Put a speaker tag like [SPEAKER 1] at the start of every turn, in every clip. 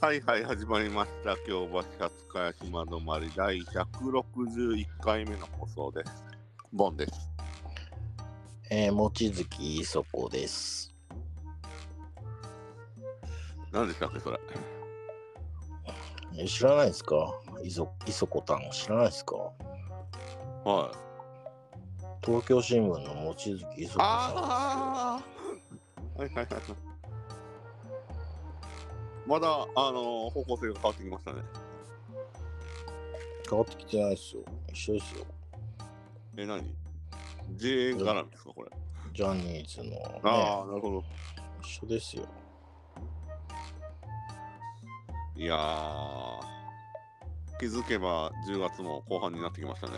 [SPEAKER 1] はいはい、始まりました。京橋勝川島止まり第161回目の放送です。ボンです。
[SPEAKER 2] えー、望月磯子です。
[SPEAKER 1] 何でしたっけ、それ。
[SPEAKER 2] えー知らないですか磯磯子たん知らないですか
[SPEAKER 1] はい。
[SPEAKER 2] 東京新聞の望月磯子さ
[SPEAKER 1] ああはいはいはい。まだ、あのー方向性が変わってきましたね。
[SPEAKER 2] ん。変わってきてないですよ。一緒ですよ。
[SPEAKER 1] え、何 ?JN 絡みですか、これ。
[SPEAKER 2] ジャニーズの、ね。
[SPEAKER 1] ああ、なるほど。
[SPEAKER 2] 一緒ですよ。
[SPEAKER 1] いやー、気づけば10月も後半になってきましたね。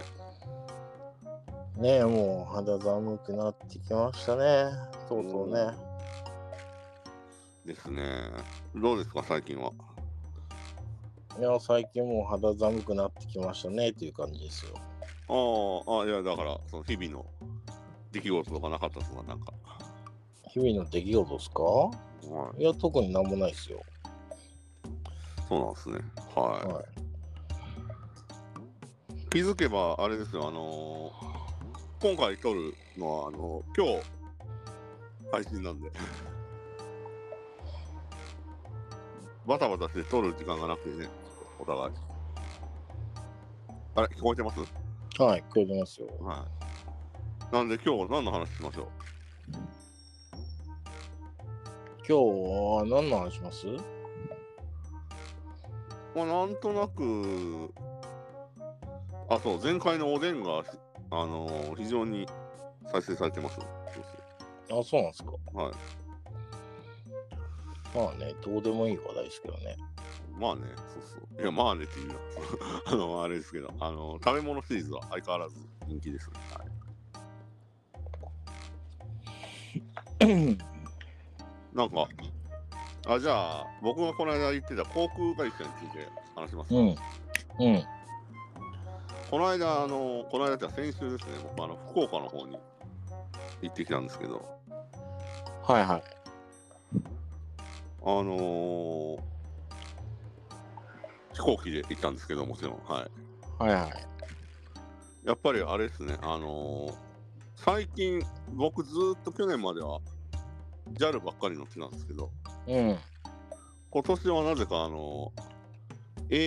[SPEAKER 2] ねえ、もう肌寒くなってきましたね。そうそうね。
[SPEAKER 1] ですね。どうですか、最近は。
[SPEAKER 2] いや、最近もう肌寒くなってきましたねっていう感じですよ。
[SPEAKER 1] ああ、あいや、だから、その日々の出来事とかなかったとか、なんか。
[SPEAKER 2] 日々の出来事ですか
[SPEAKER 1] はい
[SPEAKER 2] いや、特になんもないですよ。
[SPEAKER 1] そうなんですね。はい。
[SPEAKER 2] は
[SPEAKER 1] 気づけば、あれですよ、あのー今回撮るのは、あのー今日、配信なんで。 バタバタして撮る時間がなくてね、お互い。あれ、聞こえてます
[SPEAKER 2] い。はい、聞こえてますよ。
[SPEAKER 1] はい。なんで今日は何の話しましょう
[SPEAKER 2] 今日は何の話します
[SPEAKER 1] まあ、なんとなく、あ、そう、前回のおでんが、あのー非常に再生されてます。
[SPEAKER 2] あ、そうなんですか。
[SPEAKER 1] はい。
[SPEAKER 2] まあね、どうでもいい話題ですけどね。
[SPEAKER 1] まあね、そうそう。いや、まあねっていうの あの、あれですけど、あの食べ物シリーズは相変わらず人気ですね。はいなんか、あ、じゃあ、僕がこの間言ってた航空会社について話します。
[SPEAKER 2] うん。うん。
[SPEAKER 1] この間、あの、この間っていうか先週ですね、僕、あの、福岡の方に行ってきたんですけど、
[SPEAKER 2] はいはい。
[SPEAKER 1] あのー飛行機で行ったんですけど、もちろん。はい。
[SPEAKER 2] はいはい。
[SPEAKER 1] やっぱりあれですね、あのー最近、僕ずーっと去年までは JAL ばっかり乗ってたんですけど、
[SPEAKER 2] うん。
[SPEAKER 1] 今年はなぜか、あのー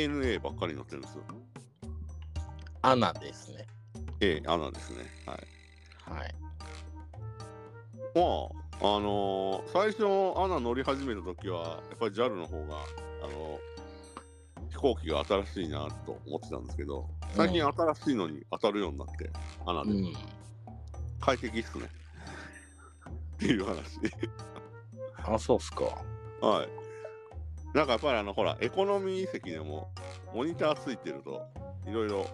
[SPEAKER 1] ANA ばっかり乗ってるんですよ。
[SPEAKER 2] アナですね。
[SPEAKER 1] A、アナですね。はい。
[SPEAKER 2] はい。
[SPEAKER 1] まあ、あのー最初、アナ乗り始めた時は、やっぱり JAL の方が、あのー飛行機が新しいなと思ってたんですけど、最近新しいのに当たるようになって、アナで。
[SPEAKER 2] うん。
[SPEAKER 1] 快適っすね。っていう話。
[SPEAKER 2] あ、そうっすか。
[SPEAKER 1] はい。なんかやっぱりあの、ほら、エコノミー席でも、モニターついてると、いろいろ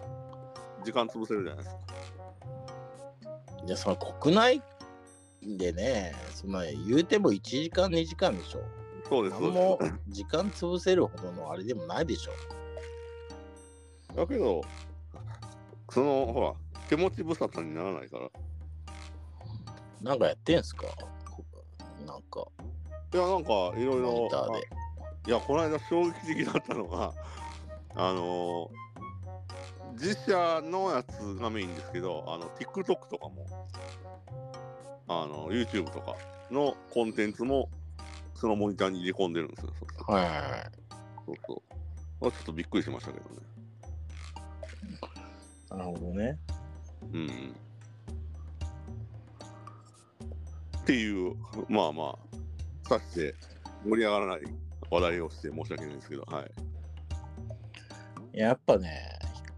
[SPEAKER 1] 時間潰せるじゃないですか。
[SPEAKER 2] いや、その国内でね、そんな言うても1時間2時間でしょ。
[SPEAKER 1] そうです、
[SPEAKER 2] 何
[SPEAKER 1] そうで
[SPEAKER 2] も時間潰せるほどのあれでもないでしょ。
[SPEAKER 1] す。だけど、その、ほら、手持ち無沙汰にならないから。
[SPEAKER 2] なんかやってんすかこなんか、
[SPEAKER 1] いや、なんか、いろいろ
[SPEAKER 2] モニターで。。
[SPEAKER 1] あいや、この間衝撃的だったのが、あのー自社のやつがメインですけど、あの、TikTok とかも、あの、YouTube とかのコンテンツも、そのモニターに入れ込んでるんですよ。
[SPEAKER 2] はいはいはい。
[SPEAKER 1] そうそう。あちょっとびっくりしましたけどね。
[SPEAKER 2] なるほどね。
[SPEAKER 1] うん、うん。っていう、まあまあ、さして盛り上がらない話題をして申し訳ないんですけど、はい。
[SPEAKER 2] いややっぱね、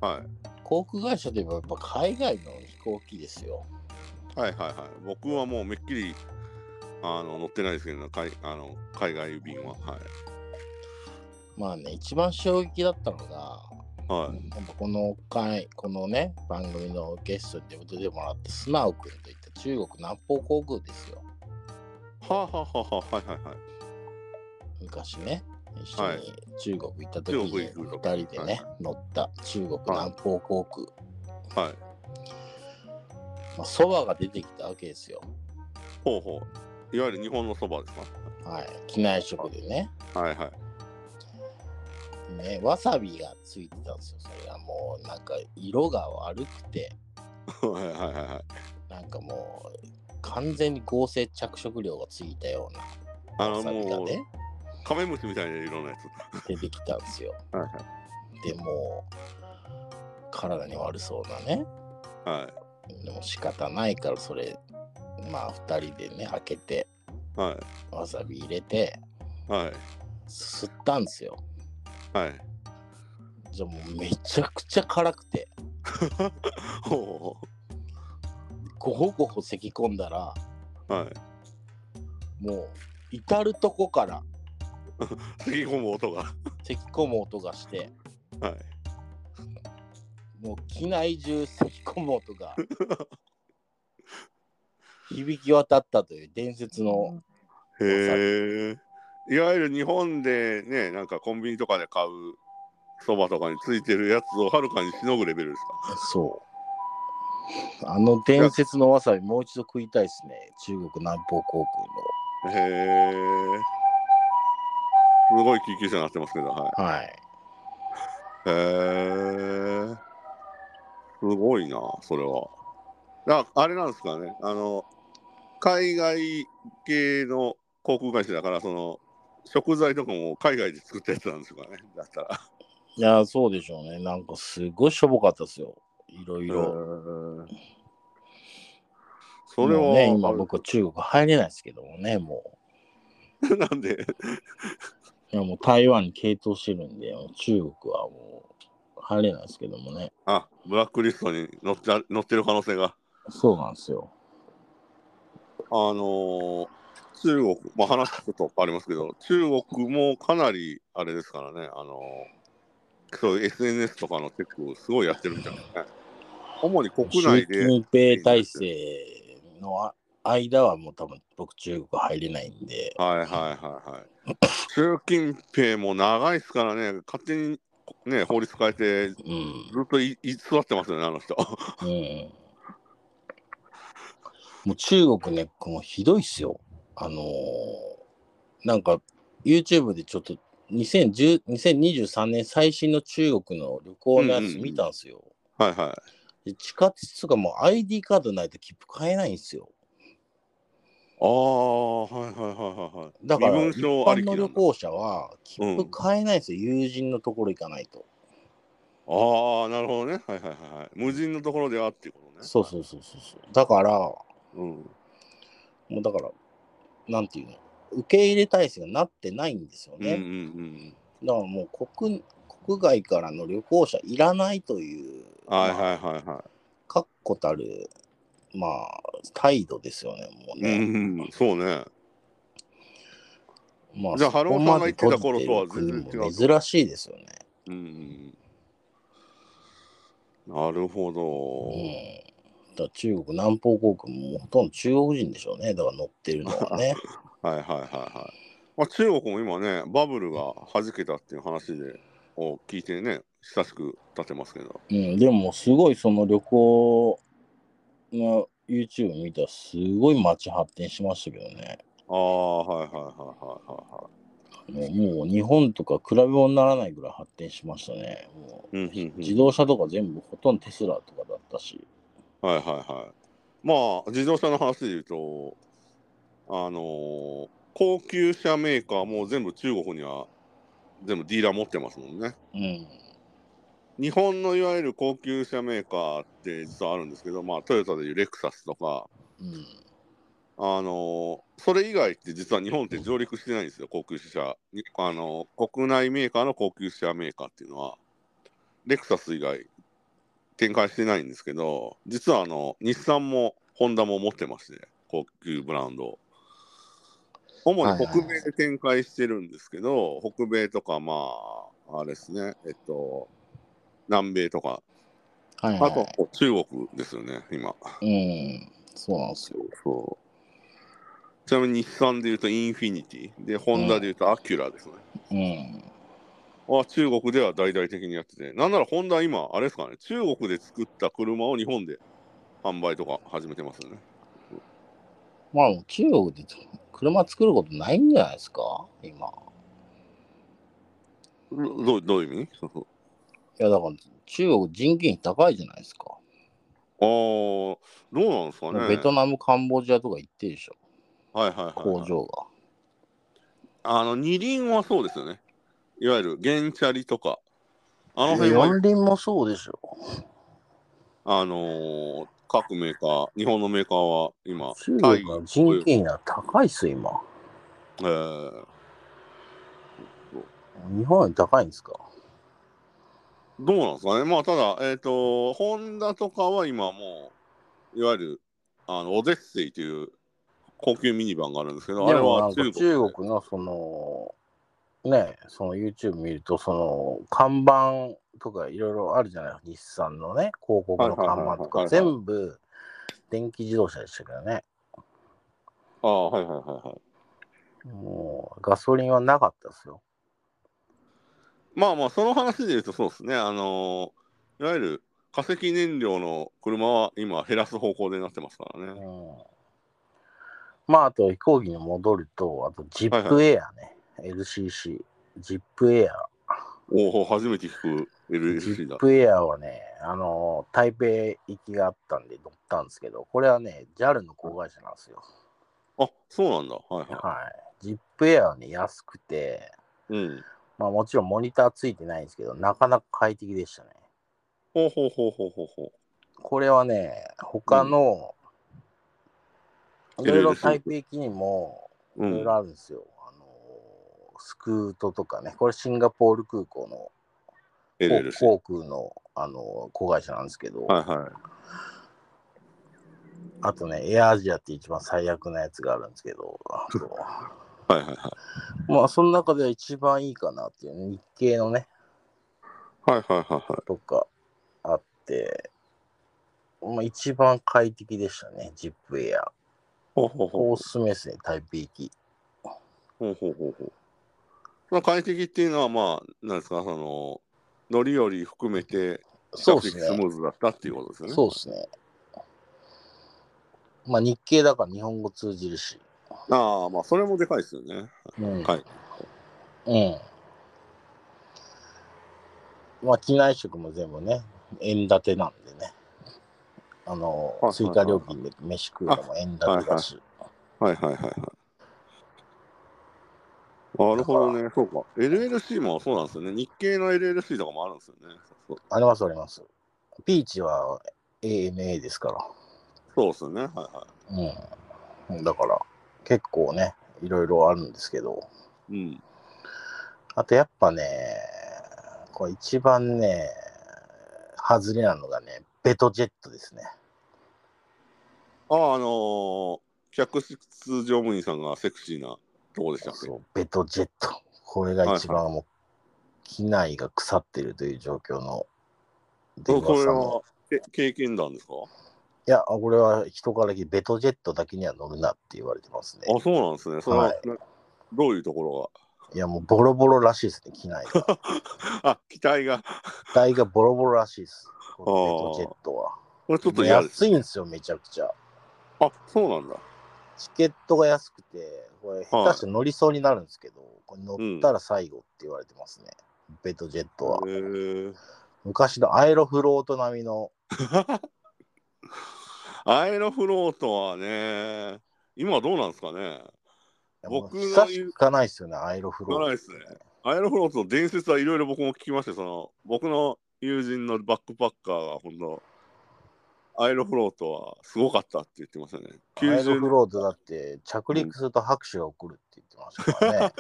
[SPEAKER 1] はい。
[SPEAKER 2] 航空会社といえばやっぱ海外の飛行機ですよ。
[SPEAKER 1] はいはいはい。僕はもうめっきり、あの、乗ってないですけど、海あの海外便は。はい。
[SPEAKER 2] まあね、一番衝撃だったのが、
[SPEAKER 1] はい。
[SPEAKER 2] やっぱこの回このね番組のゲストに出てもらったスナオ君といった中国南方航空ですよ
[SPEAKER 1] はあ、はあはあはあ、はいはいはい。
[SPEAKER 2] 昔ね一緒
[SPEAKER 1] は
[SPEAKER 2] に中国行った時に
[SPEAKER 1] 中国行く時
[SPEAKER 2] 2人でね、乗った中国南方航空
[SPEAKER 1] はい
[SPEAKER 2] まあそば、が出てきたわけですよ
[SPEAKER 1] ほうほう。いわゆる日本のそばです
[SPEAKER 2] はい機内食でね
[SPEAKER 1] かはいはい。
[SPEAKER 2] ね、わさびがついてたんですよ。それがもうなんか色が悪くて、
[SPEAKER 1] はいはいはいはい。
[SPEAKER 2] なんかもう完全に合成着色料がついたよう
[SPEAKER 1] あ
[SPEAKER 2] なわ
[SPEAKER 1] の
[SPEAKER 2] さびが
[SPEAKER 1] もう、
[SPEAKER 2] ね、
[SPEAKER 1] カメムシみたいな色のやつ。
[SPEAKER 2] 出てきたんですよ。
[SPEAKER 1] はい
[SPEAKER 2] でもう体に悪そうなね。
[SPEAKER 1] はい。
[SPEAKER 2] でも仕方ないからそれ、まあ2人でね、開けて、
[SPEAKER 1] は
[SPEAKER 2] わさび入れて、
[SPEAKER 1] い。はい。
[SPEAKER 2] すすったんですよ。
[SPEAKER 1] はい。
[SPEAKER 2] じゃあもうめちゃくちゃ辛くて、
[SPEAKER 1] ほうほ
[SPEAKER 2] ごほごほ咳き込んだら、
[SPEAKER 1] うはい。
[SPEAKER 2] もう至るとこから
[SPEAKER 1] 吸い込む音が。
[SPEAKER 2] 咳き込む音がして、
[SPEAKER 1] はい。
[SPEAKER 2] もう機内中咳き込む音が響き渡ったという伝説の、
[SPEAKER 1] へえ。いわゆる日本でね、なんかコンビニとかで買うそばとかについてるやつをはるかにしのぐレベルです
[SPEAKER 2] そう。あの伝説のわさびもう一度食いたいですね。中国南方航
[SPEAKER 1] か。へえ。すごい救急車になってますけど、はい。
[SPEAKER 2] 空の。はい。
[SPEAKER 1] へえ。すごいな、それは。だあれなんですかね、あの、海外系の航空会社だから、その、食材とかも海外で作ったやつなんですかね、だったら。
[SPEAKER 2] いや、そうでしょうね。なんかすごいしょぼかったですよ。いろいろ。
[SPEAKER 1] へえそれ
[SPEAKER 2] もう
[SPEAKER 1] は、
[SPEAKER 2] ね、今僕中国入れないですけどもね、も う。
[SPEAKER 1] なんで、
[SPEAKER 2] いやもう台湾に傾倒してるんで、もう中国はもう入れないですけどもね。
[SPEAKER 1] あ、ブラックリストに載っちゃ載ってる可能性が。
[SPEAKER 2] そうなんですよ。
[SPEAKER 1] あのー中国、まあ、話すことありますけど、中国もかなりあれですからね、あのーそういう SNS とかのチェックをすごいやってるみたいですね。主に国内
[SPEAKER 2] 習
[SPEAKER 1] で、
[SPEAKER 2] 近平体制のあ間はもう多分僕中国入れないんで、
[SPEAKER 1] はいはいはいはい。習近平も長いですからね、勝手に、ね、法律変えて、ず
[SPEAKER 2] うん。
[SPEAKER 1] っとい居座ってますよね、あの人。
[SPEAKER 2] うん。もう中国ね、もうひどいっすよ。あのーなんか YouTube でちょっと2010 2023年最新の中国の旅行のやつ見たんですよ。
[SPEAKER 1] はいは
[SPEAKER 2] で地下鉄とかもう ID カードないと切符買えないんですよ。
[SPEAKER 1] い。ああ、はいはいはいはいはい。
[SPEAKER 2] だから、
[SPEAKER 1] 身
[SPEAKER 2] 一
[SPEAKER 1] 分証あ
[SPEAKER 2] 般
[SPEAKER 1] りきなんだ
[SPEAKER 2] の旅行者は切符買えないんですよ、友人のところ行かないと。
[SPEAKER 1] ああ、なるほどね。はいはいはいはい。無人のところではっていうことね。
[SPEAKER 2] そうそうそうそうそう。だから、も
[SPEAKER 1] うん。
[SPEAKER 2] うだから、なんていうの、受け入れ体制がなってないんですよ
[SPEAKER 1] うんうんう
[SPEAKER 2] ね。
[SPEAKER 1] ん。
[SPEAKER 2] だからもう国、国外からの旅行者いらないという、
[SPEAKER 1] はいはい
[SPEAKER 2] まあ
[SPEAKER 1] はいは
[SPEAKER 2] 確固たる、まあ、態度ですよね、もう
[SPEAKER 1] い。
[SPEAKER 2] ね。
[SPEAKER 1] うん、そうね。
[SPEAKER 2] まあ、
[SPEAKER 1] じゃあハ
[SPEAKER 2] そこまで
[SPEAKER 1] ローさんが言ってた頃とは
[SPEAKER 2] 閉じてる
[SPEAKER 1] 全然違う
[SPEAKER 2] 国も珍しいですよね。
[SPEAKER 1] うん。なるほど。
[SPEAKER 2] うん、だから中国南方航空もほとんど中国人でしょうね。だから乗ってるのはね。
[SPEAKER 1] はいはいはいはい。まあ、中国も今ね、バブルが弾けたっていう話でを聞いてね、親しく立てますけど。
[SPEAKER 2] うん、でもすごいその旅行の YouTube 見たらすごい街発展しましたけどね。
[SPEAKER 1] ああ、はいはいはいはいはいはい。
[SPEAKER 2] もうもう日本とか比べ物にならないぐらい発展しましたね。も
[SPEAKER 1] うんうん
[SPEAKER 2] う
[SPEAKER 1] うん
[SPEAKER 2] 自動車とか全部ほとんどテスラとかだったし。
[SPEAKER 1] はいはいはい。まあ自動車の話で言うと、あのー高級車メーカーも全部中国には全部ディーラー持ってますもんね。
[SPEAKER 2] うん。
[SPEAKER 1] 日本のいわゆる高級車メーカーって実はあるんですけど、まあ、トヨタでいうレクサスとか、
[SPEAKER 2] うん。
[SPEAKER 1] あのーそれ以外って実は日本って上陸してないんですよ、高級車。にあのー国内メーカーの高級車メーカーっていうのは、レクサス以外展開してないんですけど、実はあの日産もホンダも持ってまして、高級ブランドを。主に北米で展開してるんですけど、北米とか、まあ、あれですね、えっと、南米とか、
[SPEAKER 2] はい、
[SPEAKER 1] あと
[SPEAKER 2] は
[SPEAKER 1] はこう中国ですよね、今。
[SPEAKER 2] い。うん。そうなんですよ。
[SPEAKER 1] そう。ちなみに日産でいうとインフィニティ、で、ホンダでいうとアキュラですね。
[SPEAKER 2] うん。
[SPEAKER 1] あ中国では大々的にやってて、なんならホンダ今、あれですかね、中国で作った車を日本で販売とか始めてますよね。
[SPEAKER 2] まあ中国で車作ることないんじゃないですか今。
[SPEAKER 1] どうどういう意味そうそう
[SPEAKER 2] いやだから中国人件費高いじゃないですか。
[SPEAKER 1] ああ、どうなんですかね。
[SPEAKER 2] ベトナム、カンボジアとか行ってるでしょ、
[SPEAKER 1] はいはいはい、はい
[SPEAKER 2] 工。場が。
[SPEAKER 1] あの二輪はそうですよね。いわゆる原チャリとか、あの辺は、
[SPEAKER 2] 四輪もそうでしょ。
[SPEAKER 1] あのー各メーカー、日本のメーカーは今、
[SPEAKER 2] 中
[SPEAKER 1] タイ
[SPEAKER 2] 国の人件費は高いっすよ、今。
[SPEAKER 1] えー
[SPEAKER 2] 日本より高いんですか
[SPEAKER 1] どうなんですかね。まあ、ただ、えっ、と、ホンダとかは今もう、いわゆる、あの、オデッセイという高級ミニバンがあるんですけど、あ
[SPEAKER 2] で
[SPEAKER 1] れ
[SPEAKER 2] もな
[SPEAKER 1] は
[SPEAKER 2] んか
[SPEAKER 1] 中国で。
[SPEAKER 2] 中国のそのねその YouTube 見るとその看板とかいろいろあるじゃない日産のね広告の看板と
[SPEAKER 1] はいはいはいは
[SPEAKER 2] か
[SPEAKER 1] い
[SPEAKER 2] 全部電気自動車でしたけどね
[SPEAKER 1] ああ、はいはいはいはい。
[SPEAKER 2] もうガソリンはなかったですよ
[SPEAKER 1] まあまあ、その話で言うとそうですね。あのーいわゆる化石燃料の車は今減らす方向でなってますから
[SPEAKER 2] う
[SPEAKER 1] ね。
[SPEAKER 2] んまああと飛行機に戻るとあとジップエアね、LCC ジップエア
[SPEAKER 1] おお、初めて聞く
[SPEAKER 2] ジ
[SPEAKER 1] LLC だ
[SPEAKER 2] ッ。プエアはね、あの台北行きがあったんで乗ったんですけど、これはね、JAL の子会社なんですよ。
[SPEAKER 1] あ、そうなんだ。はいは
[SPEAKER 2] はい。ジップエアはね、安くて、
[SPEAKER 1] い。うん。
[SPEAKER 2] まあもちろんモニターついてないんですけど、なかなか快適でしたね。
[SPEAKER 1] ほうほうほうほうほうほう。
[SPEAKER 2] これはね、他の、
[SPEAKER 1] ん
[SPEAKER 2] いろいろ台北行きにも、
[SPEAKER 1] う
[SPEAKER 2] いろい
[SPEAKER 1] ん。
[SPEAKER 2] ろあるんですよ。あのスクートとかね、これシンガポール空港の
[SPEAKER 1] LLC。
[SPEAKER 2] 航空のあの子会社なんですけど、
[SPEAKER 1] はいはい。
[SPEAKER 2] あとね、エアアジアって一番最悪なやつがあるんですけど、あと
[SPEAKER 1] はいはいはい。
[SPEAKER 2] まあ、その中では一番いいかなっていう、日系のね、
[SPEAKER 1] はいはいはいはい。
[SPEAKER 2] とかあって、まあ、一番快適でしたね、ジップエア。
[SPEAKER 1] ほうほうほう。
[SPEAKER 2] おすすめですね、台北行き。
[SPEAKER 1] ほうほうほうほう。まあ、快適っていうのは、まあ、なんですか、その、乗り降り含めて、比
[SPEAKER 2] そ
[SPEAKER 1] 較
[SPEAKER 2] うで
[SPEAKER 1] 的
[SPEAKER 2] す
[SPEAKER 1] ス
[SPEAKER 2] ね。
[SPEAKER 1] ムーズだったっていうことですよね。
[SPEAKER 2] そうですね。まあ、日系だから日本語通じるし。
[SPEAKER 1] ああ、まあ、それもでかいですよね。
[SPEAKER 2] うん。
[SPEAKER 1] はい。
[SPEAKER 2] うん。まあ、機内食も全部ね、円建てなんでね。あの
[SPEAKER 1] は、い
[SPEAKER 2] 追加料金で飯食うのも円建てだし。
[SPEAKER 1] はいはいはいはい。なるほどね。そうか。LLC もそうなんですよね。日系の LLC とかもあるんですよね。そう
[SPEAKER 2] ありますあります。ピーチは ANA ですか
[SPEAKER 1] そうですよね。はいは
[SPEAKER 2] ら。うん。だから、結構ね、いろいろあるんですけど。
[SPEAKER 1] い。うん。
[SPEAKER 2] あとやっぱね、これ一番ね、外れなのがね、ベトジェットですね。
[SPEAKER 1] ああ、あのー客室乗務員さんがセクシーなとこでしたっけ
[SPEAKER 2] そう、ベトジェット。これが一番もう、機内が腐ってるという状況の。で
[SPEAKER 1] そうそれ
[SPEAKER 2] 噂の
[SPEAKER 1] はけ経験談ですか
[SPEAKER 2] いや、これは人から聞いてベトジェットだけには乗るなって言われてますね。
[SPEAKER 1] あ、そうなんですね。それは、
[SPEAKER 2] はい
[SPEAKER 1] などういうところ
[SPEAKER 2] いや、もうボロボロらしいですね、機内 が。
[SPEAKER 1] が。あ、機体が。
[SPEAKER 2] 機体がボロボロらしいです。このベトジェットは。
[SPEAKER 1] これちょっと嫌です。
[SPEAKER 2] 安いんですよ、めちゃくちゃ。
[SPEAKER 1] あ、そうなんだ。
[SPEAKER 2] チケットが安くて、これ、下手して乗りそうになるんですけど、これ乗ったら最後って言われてますね。ベトジェットは。
[SPEAKER 1] へー
[SPEAKER 2] 昔のアイロフロート並みの
[SPEAKER 1] アイロフロートはね、今どうなんですかね。
[SPEAKER 2] いやもう
[SPEAKER 1] 僕の言う
[SPEAKER 2] 久しく聞かないですよね、アイロフロ
[SPEAKER 1] 聞
[SPEAKER 2] ー
[SPEAKER 1] かないっすねアイロフロートの伝説はいろいろ僕も聞きましたよその僕の友人のバックパッカーはほんと、アイロフロートはすごかったって言ってましたね。
[SPEAKER 2] アイロフ
[SPEAKER 1] 90
[SPEAKER 2] ロートだって着陸すると拍手が起こるって言ってました からね。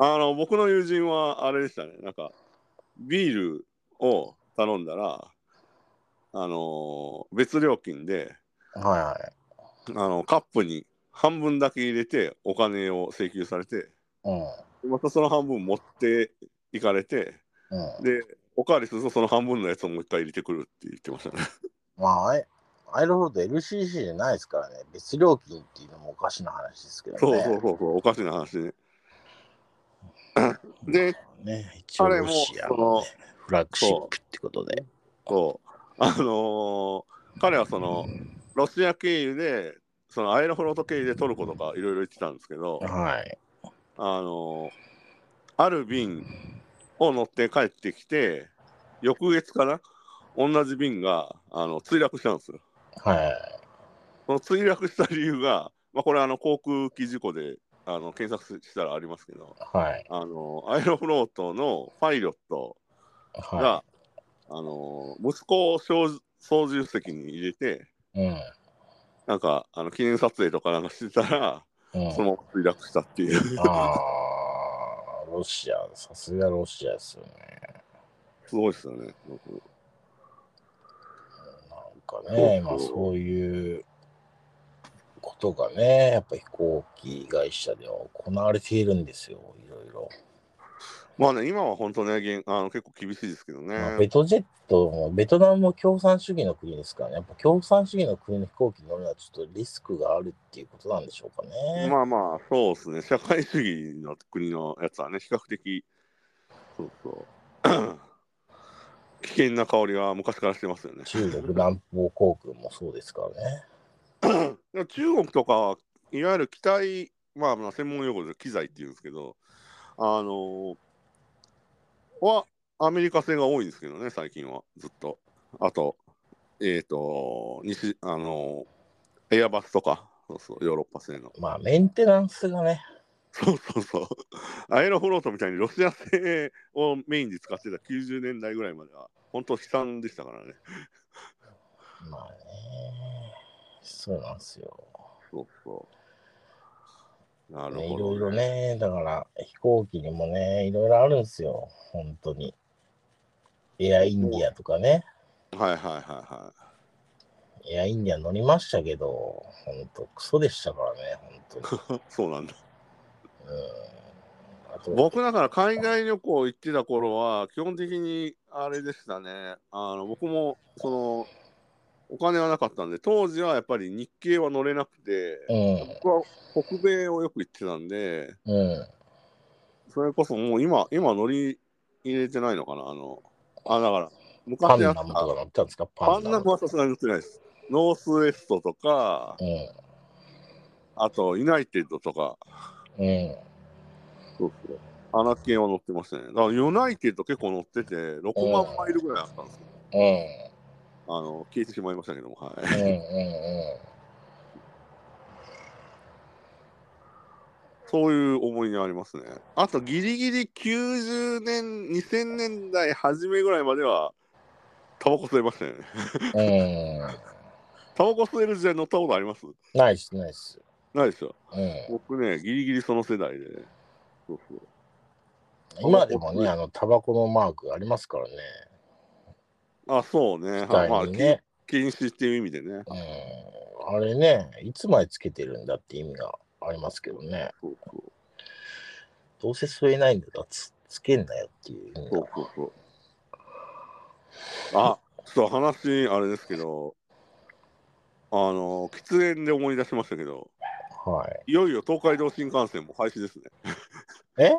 [SPEAKER 1] あの僕の友人はあれでしたね、なんかビールを頼んだら、あのー別料金で、
[SPEAKER 2] はいはい。
[SPEAKER 1] あのカップに半分だけ入れてお金を請求されて
[SPEAKER 2] うん。
[SPEAKER 1] またその半分持っていかれて
[SPEAKER 2] うん、
[SPEAKER 1] でおかわりするとその半分のやつをもう一回入れてくるって言ってましたね
[SPEAKER 2] まあ、アイアイロフロート LCC じゃないですからね、別料金っていうのもおかしな話ですけどね。
[SPEAKER 1] そうそうそうそうおかしな話ねで
[SPEAKER 2] ね、一応
[SPEAKER 1] あれも
[SPEAKER 2] ロシア
[SPEAKER 1] その
[SPEAKER 2] の、ね、フラッグシップってことで。
[SPEAKER 1] そうあのー彼はそのロシア経由でそのアイロフロート経由でトルコとかいろいろ行ってたんですけど
[SPEAKER 2] はい。
[SPEAKER 1] あのーある便を乗って帰ってきて、翌月かな、同じ便があの墜落したんですよ。
[SPEAKER 2] はい。
[SPEAKER 1] その墜落した理由が、まあ、これあの航空機事故であの検索したらありますけど、
[SPEAKER 2] はい。
[SPEAKER 1] あのアイロフロートのパイロットが、
[SPEAKER 2] は
[SPEAKER 1] あの息子を操縦操縦席に入れて、
[SPEAKER 2] い。うん。
[SPEAKER 1] なんかあの記念撮影とかなんかしてたら、
[SPEAKER 2] うん、
[SPEAKER 1] その墜落したっていう。
[SPEAKER 2] ああ、ロシア、さすがロシアですよね。
[SPEAKER 1] すごいですよね。僕
[SPEAKER 2] なんかね、まあそういうことがね、やっぱ飛行機会社では行われているんですよ、いろいろ。
[SPEAKER 1] まあね、今は本当ね、げんあの結構厳しいですけどね。
[SPEAKER 2] まあベトジェットも、ベトナムも共産主義の国ですからね、やっぱ共産主義の国の飛行機に乗るのはちょっとリスクがあるっていうことなんでしょうかね。
[SPEAKER 1] まあまあ、そうですね。社会主義の国のやつはね、比較的、そうそう。 危険な香りは昔からしてますよね。
[SPEAKER 2] 中国南方航空もそうですからね。
[SPEAKER 1] でも中国とかはいわゆる機体、まあ、まあ専門用語で機材っていうんですけど、あのはアメリカ製が多いんですけどね、最近はずっと。あと、えっ、と、西、あのエアバスとか、そうそう、ヨーロッパ製の。
[SPEAKER 2] まあメンテナンスがね、
[SPEAKER 1] そうそうそう。アエロフロートみたいにロシア製をメインで使ってた90年代ぐらいまでは、本当悲惨でしたからね。
[SPEAKER 2] まあね、そうなんですよ。
[SPEAKER 1] そうそう。なる
[SPEAKER 2] ね、い
[SPEAKER 1] ほ
[SPEAKER 2] ろい
[SPEAKER 1] ど、
[SPEAKER 2] ろ。ね、だから飛行機にもね、いろいろあるんですよ、本当に。エアインディアとかね、
[SPEAKER 1] はいはいはいはい。
[SPEAKER 2] エアインディア乗りましたけど、本当、クソでしたからね、本当に。
[SPEAKER 1] そうなんだ。
[SPEAKER 2] うん、あと、
[SPEAKER 1] 僕だから海外旅行行ってた頃は、基本的にあれでしたね。あの僕もそのお金はなかったんで、当時はやっぱり日系は乗れなくて、
[SPEAKER 2] うん、
[SPEAKER 1] 僕は北米をよく行ってたんで、
[SPEAKER 2] うん、
[SPEAKER 1] それこそもう今、今乗り入れてないのかな。あの、あ、だから
[SPEAKER 2] パン
[SPEAKER 1] 昔
[SPEAKER 2] ナ
[SPEAKER 1] あ
[SPEAKER 2] ム
[SPEAKER 1] っ
[SPEAKER 2] とか
[SPEAKER 1] た。
[SPEAKER 2] 乗ったんですか、
[SPEAKER 1] パ
[SPEAKER 2] パン
[SPEAKER 1] ン
[SPEAKER 2] ナ
[SPEAKER 1] ナム
[SPEAKER 2] ム。
[SPEAKER 1] はさすがに乗ってないです。ノースウェストとか、あとユナイテッドとか、
[SPEAKER 2] うん、うん、
[SPEAKER 1] そうそう。アナ系は乗ってましたね。だからユナイテッド結構乗ってて、6万マイルぐらいあったんですけど
[SPEAKER 2] うん、
[SPEAKER 1] あの消えてしまいましたけども、は
[SPEAKER 2] うん、うん、
[SPEAKER 1] い。
[SPEAKER 2] う
[SPEAKER 1] そういう思いにありますね。あと、ギリギリ90年、2000年代初めぐらいまでは、タバコ吸えましたよね。
[SPEAKER 2] ん、うん、
[SPEAKER 1] タバコ吸える時代乗ったことあります
[SPEAKER 2] ナイス、ナイス。
[SPEAKER 1] ないでしょ。
[SPEAKER 2] うん、
[SPEAKER 1] 僕ね、ギリギリその世代で、ね。そうそう。
[SPEAKER 2] 今でもね、あの、タバコのマークありますからね。
[SPEAKER 1] あ、そうね。
[SPEAKER 2] 機
[SPEAKER 1] はいまあ、
[SPEAKER 2] 械にね。
[SPEAKER 1] 禁禁止っていう意味でね。
[SPEAKER 2] うんあれね、いつまでつけてるんだって意味がありますけどね。
[SPEAKER 1] そうそう
[SPEAKER 2] どうせ吸えないんだからつつけんなよっていう意味
[SPEAKER 1] そう
[SPEAKER 2] が。
[SPEAKER 1] そうそう。あ、そう、話、あれですけど、あの、喫煙で思い出しましたけど、
[SPEAKER 2] はい。
[SPEAKER 1] いよいよ東海道新幹線も廃止ですね。
[SPEAKER 2] え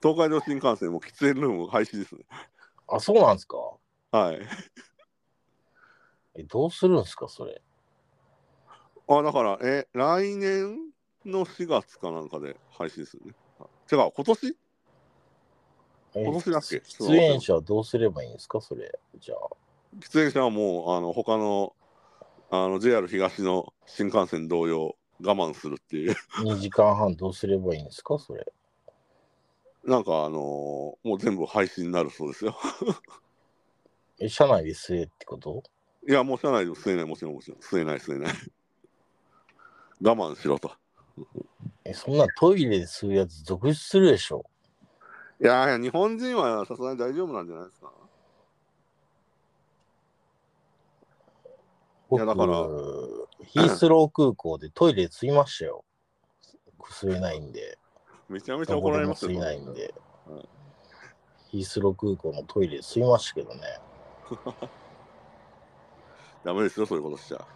[SPEAKER 1] 東海道新幹線も喫煙ルーム廃止ですね。
[SPEAKER 2] あ、そうなんですか
[SPEAKER 1] はい。
[SPEAKER 2] え、どうするんですかそれ。
[SPEAKER 1] あ、だから、え、来年の4月かなんかで廃止ですよね。あ違う、今年
[SPEAKER 2] え
[SPEAKER 1] 今年だっけ
[SPEAKER 2] 出演者はどうすればいいんですかそれ。じゃあ。
[SPEAKER 1] 喫煙者はもう、あの、他の、あの、JR 東の新幹線同様、我慢するっていう。
[SPEAKER 2] 2時間半どうすればいいんですかそれ。
[SPEAKER 1] なんか、あのーもう全部廃止になるそうですよ。
[SPEAKER 2] え、車内で吸えってこと
[SPEAKER 1] いや、もう車内でも吸えない、もちろん、もちろん。吸えない、吸えない。我慢しろと。
[SPEAKER 2] え、そんなトイレで吸うやつ続出するでしょ
[SPEAKER 1] いやいや、日本人はさすがに大丈夫なんじゃないですか。いやだから
[SPEAKER 2] 僕ヒースロー空港でトイレ吸いましたよ。吸えないんで。
[SPEAKER 1] めちゃめちゃ
[SPEAKER 2] ど
[SPEAKER 1] 怒
[SPEAKER 2] こ
[SPEAKER 1] ら
[SPEAKER 2] で
[SPEAKER 1] れ
[SPEAKER 2] も
[SPEAKER 1] ます
[SPEAKER 2] 吸
[SPEAKER 1] よ。
[SPEAKER 2] いないんで
[SPEAKER 1] うん。
[SPEAKER 2] ヒースロー空港のトイレ吸いましたけどね。
[SPEAKER 1] ダメですよ、そういうことしちゃ。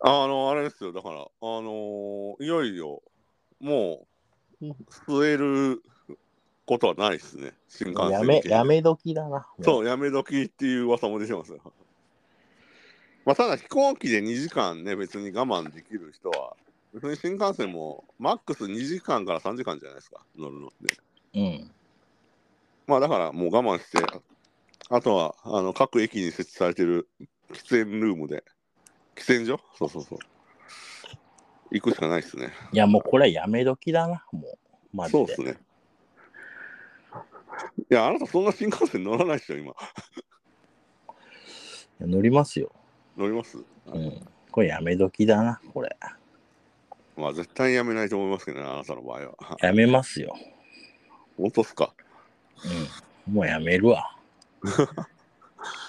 [SPEAKER 1] あの、あれですよ、だから、あのーいよいよ、もう、吸えることはないですね、新幹線
[SPEAKER 2] やめ、
[SPEAKER 1] 系
[SPEAKER 2] やめ時だな。
[SPEAKER 1] そう、やめ時っていう噂も出てますよ。まあ、ただ、飛行機で2時間ね、別に我慢できる人は、別に新幹線も、マックス2時間から3時間じゃないですか、乗るのって。
[SPEAKER 2] うん。
[SPEAKER 1] まあだからもう我慢して、あとはあの各駅に設置されてる喫煙ルームで、喫煙所そうそうそう。行くしかないですね。
[SPEAKER 2] いや、もうこれはやめ時だな、もう。マジ
[SPEAKER 1] そう
[SPEAKER 2] で。
[SPEAKER 1] っすね。いや、あなたそんな新幹線乗らないでしょ、今。
[SPEAKER 2] いや乗りますよ。
[SPEAKER 1] 乗ります
[SPEAKER 2] うん。これやめ時だな、これ。
[SPEAKER 1] まあ絶対やめないと思いますけどね、あなたの場合は。
[SPEAKER 2] やめますよ。
[SPEAKER 1] 本当っすか
[SPEAKER 2] うん。もうやめるわ。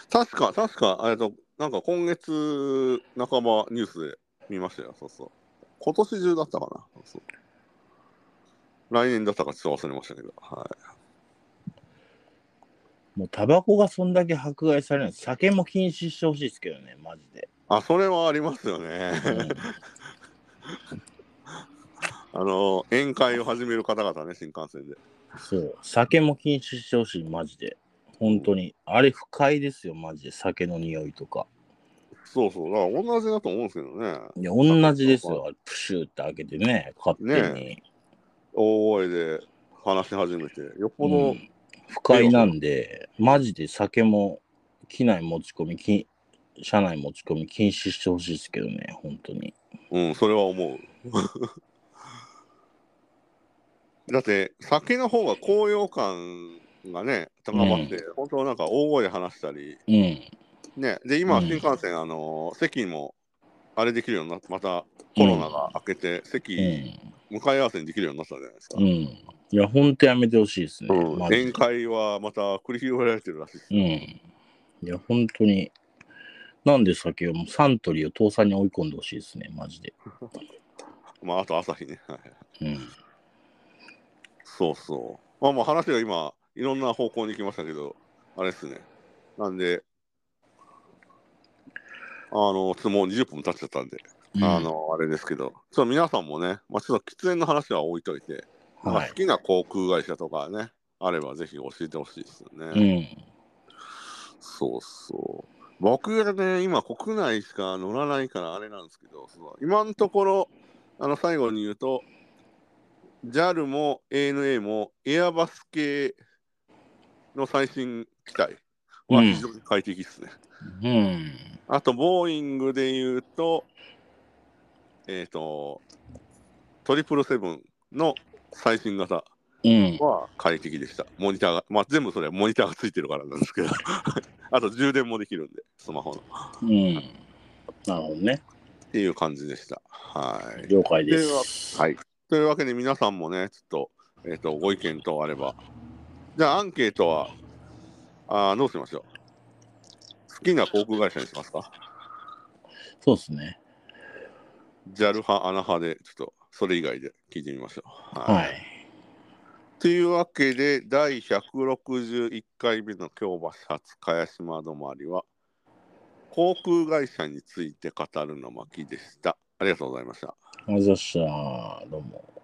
[SPEAKER 1] 確か、確か、えっと、なんか今月半ばニュースで見ましたよ、そうそう。今年中だったかな、そうそう。来年だったかちょっと忘れましたけど、はい。
[SPEAKER 2] もうタバコがそんだけ迫害されるの酒も禁止してほしいですけどね、マジで。
[SPEAKER 1] あ、それはありますよ
[SPEAKER 2] う
[SPEAKER 1] ね。
[SPEAKER 2] ん
[SPEAKER 1] あの、宴会を始める方々ね、新幹線で。
[SPEAKER 2] そう。酒も禁止してほしい、マジで。本当に。あれ不快ですよ、マジで。酒の匂いとか。
[SPEAKER 1] そうそう、だから同じだと思うんですけどね、
[SPEAKER 2] いや、同じですよ。あれプシューって開けてね、勝手に。
[SPEAKER 1] 大声で話し始めて、よっぽど、
[SPEAKER 2] うん不快なんで、マジで酒も機内持ち込み、き車内持ち込み禁止してほしいですけどね、本当に。
[SPEAKER 1] うん、 それは思う。だって、酒の方が高揚感がね、高まって、本当なんか大声で話したり、
[SPEAKER 2] うん。
[SPEAKER 1] ね、で、今、
[SPEAKER 2] うん
[SPEAKER 1] 新幹線、あの、席も、あれできるようになって、またコロナが明けて、
[SPEAKER 2] う
[SPEAKER 1] 席、
[SPEAKER 2] ん。
[SPEAKER 1] 向かい合わせにできるようになったじゃないですか
[SPEAKER 2] うん。。いや、本当やめてほしいですね。
[SPEAKER 1] うん、
[SPEAKER 2] マジ
[SPEAKER 1] 宴
[SPEAKER 2] で。
[SPEAKER 1] 会はまた繰り広げられてるらしいです
[SPEAKER 2] うん。いや、本当に。なんで酒をもうサントリーを倒産に追い込んでほしいですね、マジで。
[SPEAKER 1] まあ、あと朝日ね。はい
[SPEAKER 2] うん。
[SPEAKER 1] そうそう。まあまあ話が今、いろんな方向に行きましたけど、あれですね。なんで、あの、ちょっともう20分経っちゃったんで、
[SPEAKER 2] うん
[SPEAKER 1] あ、の、あれですけど、ちょっと皆さんもね、まあ、ちょっと喫煙の話は置いといて、まあ
[SPEAKER 2] はい
[SPEAKER 1] 好。きな航空会社とかね、あればぜひ教えてほしいですよね。
[SPEAKER 2] うん。
[SPEAKER 1] そうそう。僕がね、今国内しか乗らないからあれなんですけど、そう今のところ、あの最後に言うと、JAL も ANA もエアバス系の最新機体は非常に快適ですね。
[SPEAKER 2] うん。
[SPEAKER 1] あと、ボーイングで言うと、えっ、と、トリプルセブンの最新型
[SPEAKER 2] うん。
[SPEAKER 1] は快適でした。モニターが、まあ、全部それはモニターがついてるからなんですけど、 あと充電もできるんで、スマホの。
[SPEAKER 2] うん。なるほどね。
[SPEAKER 1] っていう感じでした。はい。
[SPEAKER 2] 了解です。
[SPEAKER 1] はい、というわけで皆さんもね、ちょっと,、えっとご意見等あれば。じゃあアンケートはあーどうしましょう好きな航空会社にしますか
[SPEAKER 2] そうですね。
[SPEAKER 1] ?JAL 派、ANA 派で、ちょっとそれ以外で聞いてみましょう。はい
[SPEAKER 2] はい。
[SPEAKER 1] というわけで第161回目の京橋発茅島止まりは航空会社について語るの巻でした。ありがとうございました。
[SPEAKER 2] ありがとうございました。どうも。